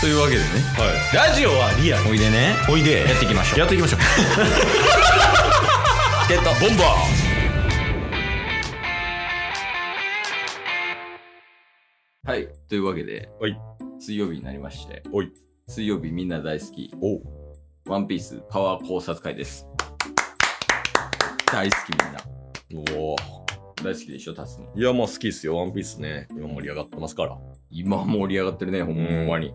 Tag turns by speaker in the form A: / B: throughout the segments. A: というわけでね
B: ラジオはリアル
A: おいでね
B: おいで
A: やっていきましょう
B: やっていきましょう
A: チケットボンバーはいというわけで、
B: はい
A: 水曜日になりまして、
B: はい
A: 水曜日みんな大好き
B: お
A: ワンピースパワー考察会です大好きみんな
B: おお
A: 大好きでしょ立つの
B: いやまあ好きですよワンピースね今盛り上がってますから
A: 今盛り上がってるねほんまに、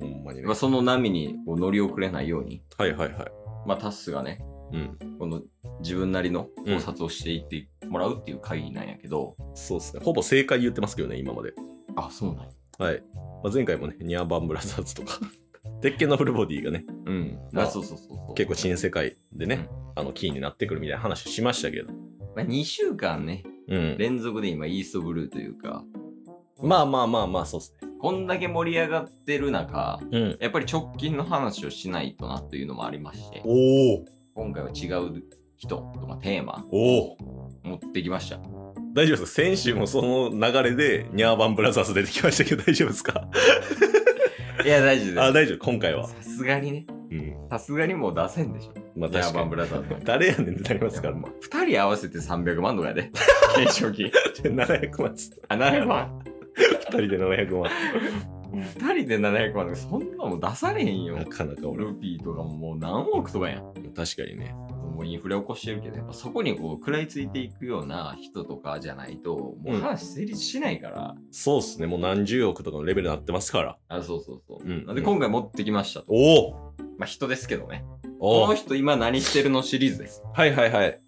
B: ほんまにね
A: まあ、その波にこう乗り遅れないように
B: はいはいはい
A: まあタッスがね
B: うん
A: この自分なりの考察をしていってもらうっていう会議なんやけど、
B: そうですねほぼ正解言ってますけどね今まで
A: あそうなんや
B: はい、まあ、前回もねニャーバンブラザーズとか 鉄拳のフルボディがね
A: うん
B: まあ
A: あそうそうそうそう
B: 結構新世界でね、あのキーになってくるみたいな話しましたけど
A: まあ、2週間ね、
B: うん
A: 連続で今、イーストブルーというか、
B: まあまあまあまあそうですね
A: こんだけ盛り上がってる中、
B: うん
A: やっぱり直近の話をしないとなというのもありまして、
B: おお
A: 今回は違う人とかテーマ
B: おお
A: 持ってきました。
B: 大丈夫ですか先週もその流れでニャーバンブラザーズ出てきましたけど大丈夫ですか
A: いや、大丈
B: あ
A: 夫で
B: 大丈夫今回は
A: す。さすがにね、
B: うん
A: さすがにもう出せんでしょ。
B: まあ
A: ヤー
B: 確
A: バ
B: か
A: ンブ
B: に
A: ラザー ズの。
B: 誰やねんってなりますか
A: いや
B: ら
A: ほんま二人合わせて300万とかやで。懸賞金。
B: 700万っつって
A: あ、700万。
B: 2人で700万
A: 2人で700万とか、そんなもん出されへんよ
B: な。かなか俺
A: ルフィとかももう何億とかやん。
B: 確かにね
A: もうインフレ起こしてるけど、やっぱそこにこう食らいついていくような人とかじゃないと、もう話成立しないから。
B: そうっすねもう何十億とかのレベルになってますから
A: あそうそうそう。
B: うん
A: なんで今回持ってきましたと。
B: おお
A: まあ人ですけどね。
B: お
A: この
B: お
A: 人今何してるのシリーズです。
B: はいはいはい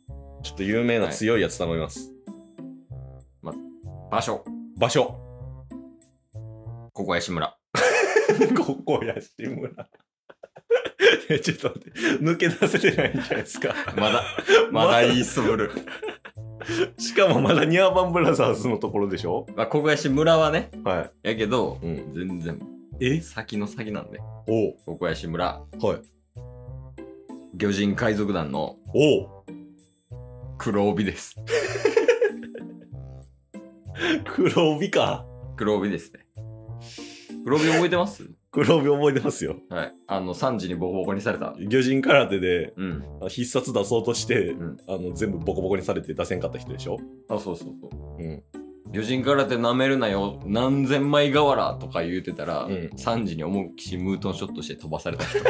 B: ちょっと有名な強いやつ頼みます、
A: 場所、
B: 場所
A: ここやし村。
B: ここや志村 えちょっと待って抜け出せてないんじゃないです か
A: ま だ、 まだイーストブルー。
B: しかもまだニャーバンブラザーズのところでしょ
A: まあ、ここやし村はね、
B: は
A: やけど、
B: い。う
A: 全
B: ん。
A: 然
B: え
A: 先の先なんで、
B: おう
A: ここやし村、
B: はい。
A: 魚人海賊団の
B: おう
A: 黒帯です。
B: 黒帯か。
A: 黒帯ですね。黒帯覚えてます
B: 黒帯覚えてますよ。
A: はい。あの、3時にボコボコにされた。
B: 魚人空手で
A: うん。
B: あ必殺出そうとして、
A: うん
B: あの全部ボコボコにされて出せんかった人でしょ
A: あ、そうそうそう。
B: うん。
A: 魚人空手舐めるなよ、何千枚瓦とか言うてたら、
B: うん
A: 3時に思いっきしムートンショットして飛ばされた人。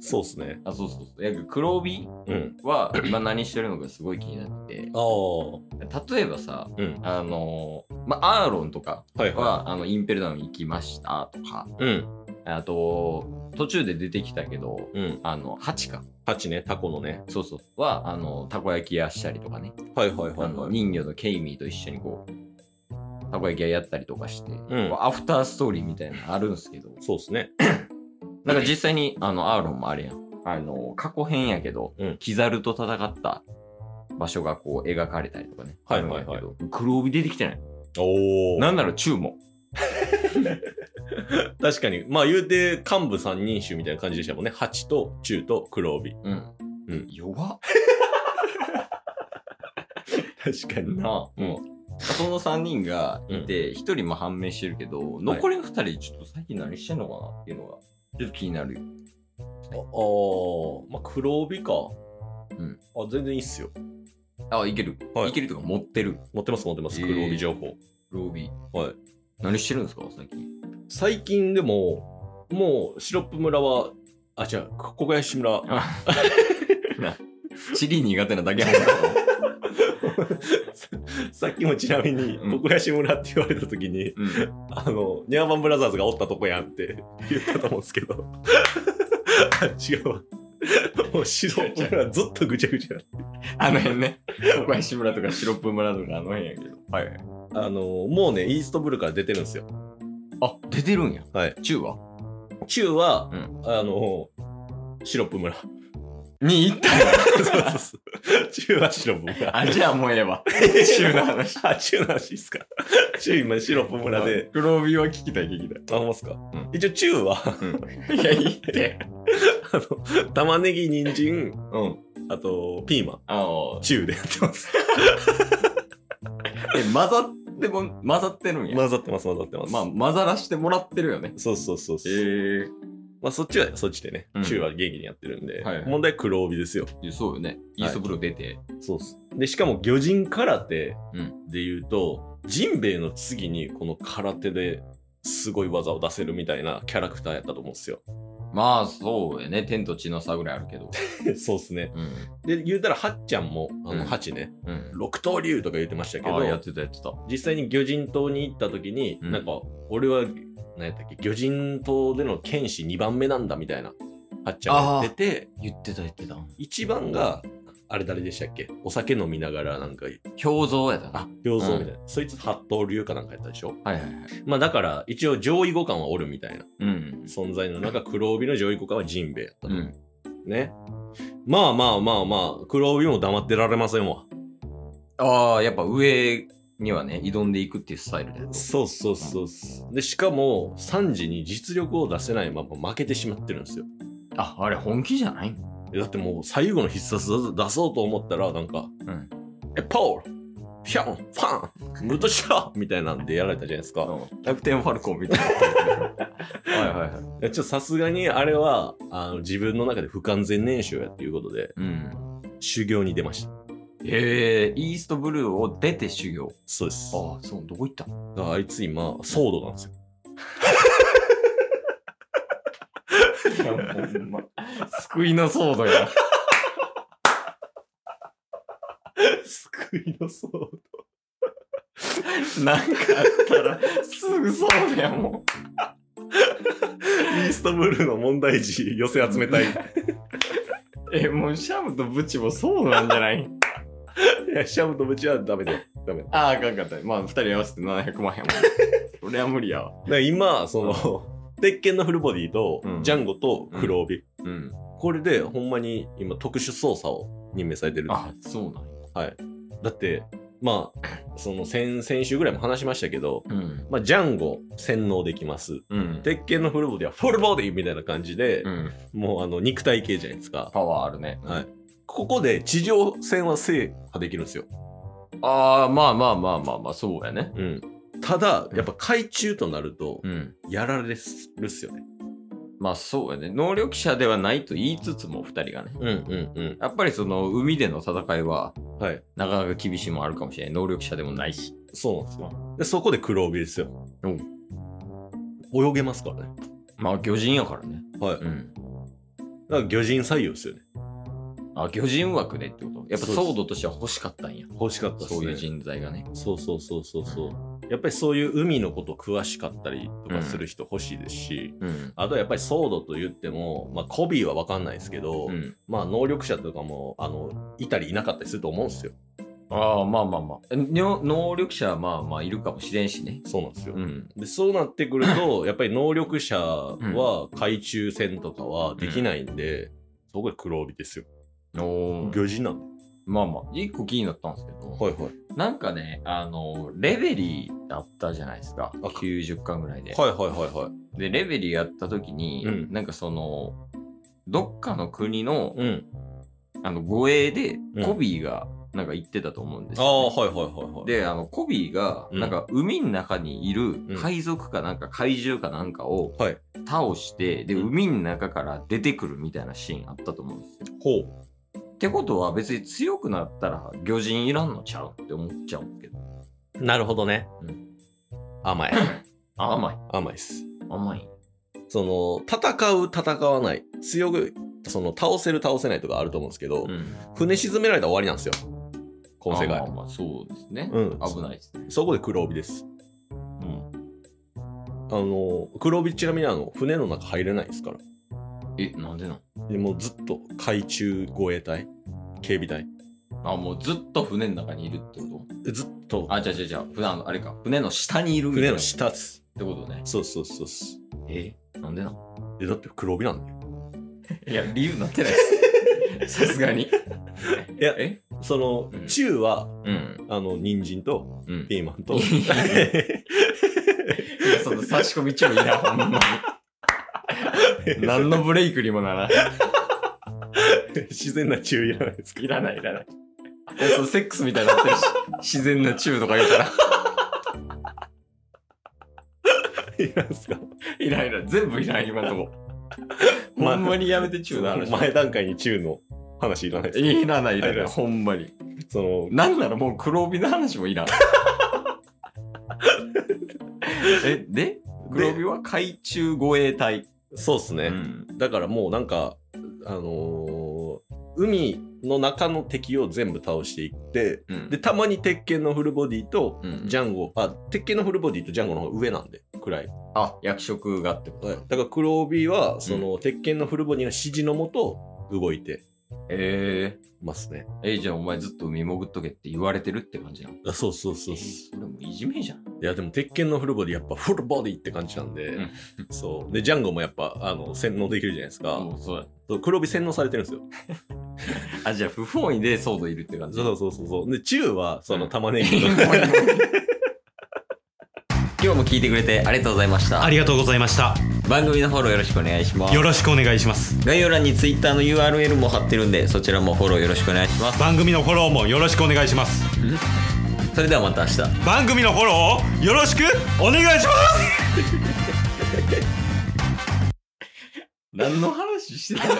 B: そうっすね。
A: あ、そうそうそう。いや黒帯
B: うん。
A: は今何してるのかすごい気になって
B: ああ。
A: て、例えばさ、
B: うん
A: あのーまあ、アーロンとか
B: はいは
A: は、あの、インペルダム行きましたとか、
B: い。うん。
A: あと、途中で出てきたけど、
B: うん。
A: あの、ハチか。
B: ハチね、タコのね。
A: そうそう。は、あの、たこ焼き屋したりとかね。
B: はいはい
A: あの人魚のケイミーと一緒にこう、たこ焼き屋やったりとかして、
B: ん
A: こうアフターストーリーみたいなのあるんですけど、
B: そうっすね。
A: なんか実際にあのアーロンもあれやん。あの、過去編やけど、
B: うん
A: キザルと戦った場所がこう描かれたりとかね。
B: はいはいはい
A: あるんやけど黒帯出てきてない。
B: おお。
A: なんなら中も。
B: 確かに。まあ言うて、幹部三人衆みたいな感じでしたもんね。ハチと中と黒帯。
A: うん。
B: うん
A: 弱っ。
B: 確かに
A: な
B: な。
A: あ、もう。その3人がいて、1人も判明してるけど、残りの2人、ちょっと最近何してんのかなっていうのが、ちょっと気になるよ。
B: ああー。まあ黒帯か。
A: うん。
B: あ、全然いいっすよ。
A: あ、いける。
B: はい
A: いけるとか持ってる。
B: 持ってます持ってます
A: えー
B: 黒帯情報、
A: 黒帯。
B: はい
A: 何してるんですか最近
B: 最近でももうシロップ村はあ違うこ小林村
A: チリ苦手なだけなんだけど
B: さっきもちなみに
A: うん
B: 小林村って言われた時に、
A: うん
B: あのニャーバンブラザーズがおったとこやんって 言ったと思うんですけど あ違うわもうシロップ村ずっとぐちゃぐちゃ
A: あの辺ね小林村とかシロップ村とかあの辺やけどはい
B: あのもうねイーストブルーから出てるんですよ
A: あ出てるんや
B: はい
A: 中は
B: 中は、
A: う
B: あのシロッ プ村そ
A: に行った
B: うそうそう中はシロップ村
A: あじゃあもうええわ中の話
B: あ、中の話ですか。中今、シロップ村で。
A: 黒帯は聞きたい聞き
B: あ、ほんまっすか。
A: ん
B: 一応、中は、
A: たいいやいいって
B: あの、玉ねぎ、人参、
A: うん
B: あと、ピーマン。
A: あの
B: 中でやってます。
A: え混ざっでも混ざってるんや。
B: 混ざってます混ざってます
A: まあ、混ざらしてもらってるよね。
B: そうそうそうそう、
A: え
B: まあそっちはそっちでね
A: うん
B: 中は元気にやってるんで、
A: はいはい
B: 問題は黒帯ですよ
A: えそうよね。イーストブルー出て。
B: そうっすでしかも魚人空手
A: うん
B: で言うと、ジンベエの次にこの空手ですごい技を出せるみたいなキャラクターやったと思うんですよ
A: まあ、そうやね。天と地の差ぐらいあるけど。
B: そうっすね
A: うん。
B: で言うたらはっちゃんもあ
A: う
B: の
A: ん
B: ハチね、
A: うん。
B: 六刀流とか言ってましたけど
A: あやってたやってた。
B: 実際に魚人島に行った時に、
A: うん
B: なんか俺は何やったっけ魚人島での剣士2番目なんだみたいなはっちゃんが言ってて
A: 言ってた言ってた。
B: 1番があれ誰でしたっけお酒飲みながらなんか
A: 胸像やったな。
B: あ表像みたいな、そいつ八刀流かなんかやったでしょ
A: はいはいはい。
B: まあだから一応上位互換はおるみたいな
A: うん。
B: 存在の中黒帯の上位互換はジンベエやったと、
A: うん。
B: ねまあまあまあまあ黒帯も黙ってられませんわ
A: ああ、やっぱ上にはね、挑んでいくっていうスタイルだよ。
B: そうそうそうそうでしかも3時に実力を出せないまま負けてしまってるんですよ
A: あ、あれ本気じゃないの
B: えだってもう最後の必殺技出そうと思ったらなんか
A: うん。
B: 「えポールピョンファンムトシャー!」みたいなんでやられたじゃないですか
A: キャプテンファルコンみたいな。はいはいはい。
B: いやちょっとさすがにあれはあの自分の中で不完全燃焼やっていうことで
A: うん。
B: 修行に出ました
A: へえ、イーストブルーを出て修行。
B: そうです
A: ああ、そう、どこ行ったの
B: だからあいつ今ソードなん ですよ
A: ほんま。救いのソードや。
B: 救いのソード
A: なんかあったら、すぐソードやもん。
B: イーストブルーの問題児寄せ集めたいい
A: え、もうシャムとブチもソードなんじゃない
B: やシャムとムチはダメだよダメだよ
A: ああ、あかんかった。まあ、二人合わせて700万や もん。そりゃ無理やわ。
B: だから今その鉄拳のフルボディと、
A: うん
B: ジャンゴと黒帯、
A: うん。
B: これでほんまに今特殊捜査を任命されてる
A: あ、そうなんや。
B: だってまあその先先週ぐらいも話しましたけど、
A: うん。
B: まあ、ジャンゴ洗脳できます
A: うん。
B: 鉄拳のフルボディはフルボディみたいな感じで、
A: うん。
B: もうあの肉体系じゃないですか
A: パワーあるね。
B: はいここで地上戦は制覇できるんですよ、
A: ああ、まあまあまあまあまあ、そうやね。
B: うん、ただやっぱ海中となると
A: うん。
B: やられるっすよね
A: まあそうやね。能力者ではないと言いつつも、二人がね。
B: うんうん
A: やっぱりその海での戦いは
B: うんはい
A: なかなか厳しいもんあるかもしれない。能力者でもないし。
B: そうなんですよでそこで黒帯ですよ泳げますからね
A: まあ魚人やからね。
B: はい、だか
A: うん。
B: ら魚人採用ですよね
A: あ、魚人枠でってことやっぱ
B: そうです
A: ソードとしては欲しかったんや。
B: 欲しかったっすね
A: そういう人材がね。
B: そうそうそうそうそうやっぱりそういう海のこと詳しかったりとかする人欲しいですし、
A: うん。
B: あとはやっぱりソードと言っても、まあ、コビーは分かんないですけど、
A: うん。
B: まあ能力者とかもあのいたりいなかったりすると思うんですよ
A: ああ、まあまあまあ。えにょ能力者はまあまあいるかもしれんしね。
B: そうなんですよ、
A: うん。
B: でそうなってくる とやっぱり能力者は海中戦とかはできないんで、そこで黒帯ですよ
A: おー
B: 魚人なんで
A: まあまあ、一個気になったんですけど、
B: はいはい
A: なんかね、あの、レベリーだったじゃないですか。
B: あ
A: 90巻ぐらいで。
B: はいはいはいはい
A: で、レベリーやった時に、
B: うん
A: なんかその、どっかの国の、
B: うん
A: あの、護衛で
B: う、ん
A: コビーが、なんか言ってたと思うんです
B: あ
A: よ
B: あ
A: ね、
B: はいはいはいはい
A: で、あの、コビーが、
B: うん
A: なんか海の中にいる
B: うん
A: 海賊かなんか怪獣かなんかを
B: はい
A: 倒して、で、
B: うん
A: 海の中から出てくるみたいなシーンあったと思うんですよ。
B: ほう
A: ってことは別に強くなったら魚人いらんのちゃうって思っちゃうんですけど。
B: なるほどね、
A: うん
B: 甘い
A: あ甘い。
B: 甘いです
A: 甘い。
B: その戦う戦わない強くその倒せる倒せないとかあると思うんですけど、
A: うん。
B: 船沈められたら終わりなんですよこの世
A: あまあ
B: 界
A: まあ、そうですね。
B: うん
A: 危ないですね。
B: そこで黒帯です
A: うん。
B: あの黒帯ちなみにあの船の中入れないですから
A: え、なんでなん
B: でもうずっと海中護衛隊警備隊
A: あ、もうずっと船の中にいるってこと
B: ずっと
A: あ、じゃあじゃあじゃあ、普段のあれか、船の下にいるみたいな
B: 船の下っす
A: ってことね。
B: そうそうそうっす
A: え、なんでなん
B: えだって黒帯なんだよ
A: いや、理由なってないです。 さすがに。い
B: や
A: え
B: その、
A: うん
B: 中は
A: うん。
B: あの人参と
A: うん。
B: ピーマ ンと
A: いや、その差し込み注意な、ほんまに。何のブレイクにもならない。
B: 自然な注意じゃないですか
A: いらない、いらない。いやそのセックスみたいになってるし、自然なチューとか言うから。
B: いらんすか
A: いらんいらん全部いらん今んとこ
B: ま
A: ほんまにやめてチューの話
B: 前段階に中の話いらないです
A: いらないいら
B: い
A: ない
B: らない
A: ほんまに
B: その
A: なんならもう黒帯の話もいらん えで黒帯は海中護衛隊、
B: そうっすね、
A: うん
B: だからもうなんかあのー海の中の敵を全部倒していって
A: うん
B: でたまに鉄拳のフルボディと
A: うん
B: ジャンゴ、あ鉄拳のフルボディとジャンゴの方が上なんで暗い
A: あ役職がってこと
B: だから黒帯はその、鉄拳のフルボディの指示のもと動いて
A: え
B: ますね
A: ー、えじゃあお前ずっと海潜っとけって言われてるって感じなの
B: あそうそう
A: え
B: そうそう
A: ーそれもういじめじゃん
B: いやでも鉄拳のフルボディやっぱフルボディって感じなんで、
A: うん
B: そうでジャンゴもやっぱあの洗脳できるじゃないですか、
A: もうそう
B: そう黒帯洗脳されてるんですよ
A: だあじゃあ不本意でソードいるって感じ
B: そうそうそうそうで中はそうの
A: ん
B: 玉ねぎと、
A: 今日も聞いてくれてありがとうございました
C: ありがとうございました
A: 番組のフォローよろしくお願いします
C: よろしくお願いします
A: 概要欄に Twitter の URL も貼ってるんでそちらもフォローよろしくお願いします
C: 番組のフォローもよろしくお願いします
A: それではまた明日
C: 番組のフォローをよろしくお願いします
A: 何の話してたの